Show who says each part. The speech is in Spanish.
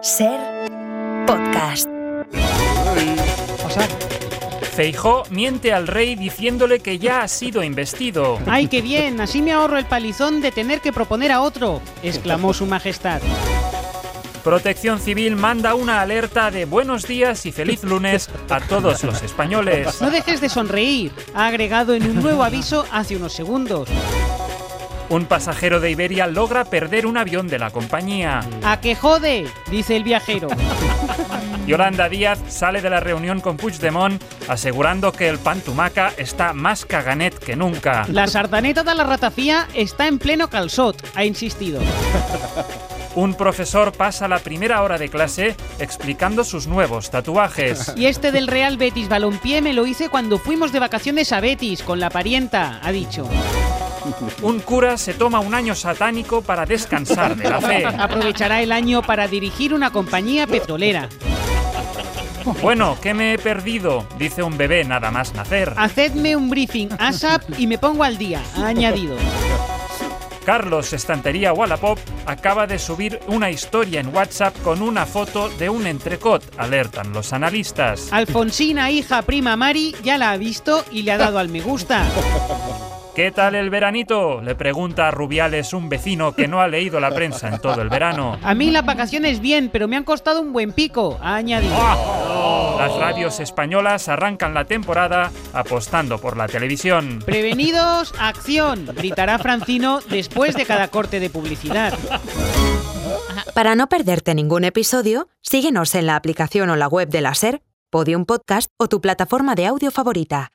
Speaker 1: Ser podcast.
Speaker 2: O sea,
Speaker 3: Feijó miente al rey diciéndole que ya ha sido investido.
Speaker 2: ¡ay, qué bien! Así me ahorro el palizón de tener que proponer a otro, exclamó su majestad.
Speaker 3: Protección Civil manda una alerta de buenos días y feliz lunes a todos los españoles.
Speaker 2: No dejes de sonreír, ha agregado en un nuevo aviso hace unos segundos.
Speaker 3: Un pasajero de Iberia logra perder un avión de la compañía.
Speaker 2: ¡A que jode! dice el viajero.
Speaker 3: Yolanda Díaz sale de la reunión con Puigdemont asegurando que el pan tumaca está más caganet que nunca.
Speaker 2: La sardaneta de la ratafía está en pleno calzot, ha insistido.
Speaker 3: Un profesor pasa la primera hora de clase explicando sus nuevos tatuajes.
Speaker 2: Y este del Real Betis Balompié me lo hice cuando fuimos de vacaciones a Betis con la parienta, ha dicho.
Speaker 3: Un cura se toma un año satánico para descansar de la fe.
Speaker 2: Aprovechará el año para dirigir una compañía petrolera.
Speaker 3: Bueno, ¿qué me he perdido? Dice un bebé nada más nacer.
Speaker 2: Hacedme un briefing ASAP y me pongo al día, ha añadido.
Speaker 3: Carlos Estantería Wallapop acaba de subir una historia en WhatsApp con una foto de un entrecot, alertan los analistas.
Speaker 2: Alfonsina, hija prima Mari, ya la ha visto y le ha dado al me gusta.
Speaker 3: ¿Qué tal el veranito? Le pregunta a Rubiales un vecino que no ha leído la prensa en todo el verano.
Speaker 2: A mí las vacaciones bien, pero me han costado un buen pico, ha añadido.
Speaker 3: Las radios españolas arrancan la temporada apostando por la televisión.
Speaker 2: Prevenidos, acción, gritará Francino después de cada corte de publicidad.
Speaker 1: Para no perderte ningún episodio, síguenos en la aplicación o la web de la Ser, Podium Podcast o tu plataforma de audio favorita.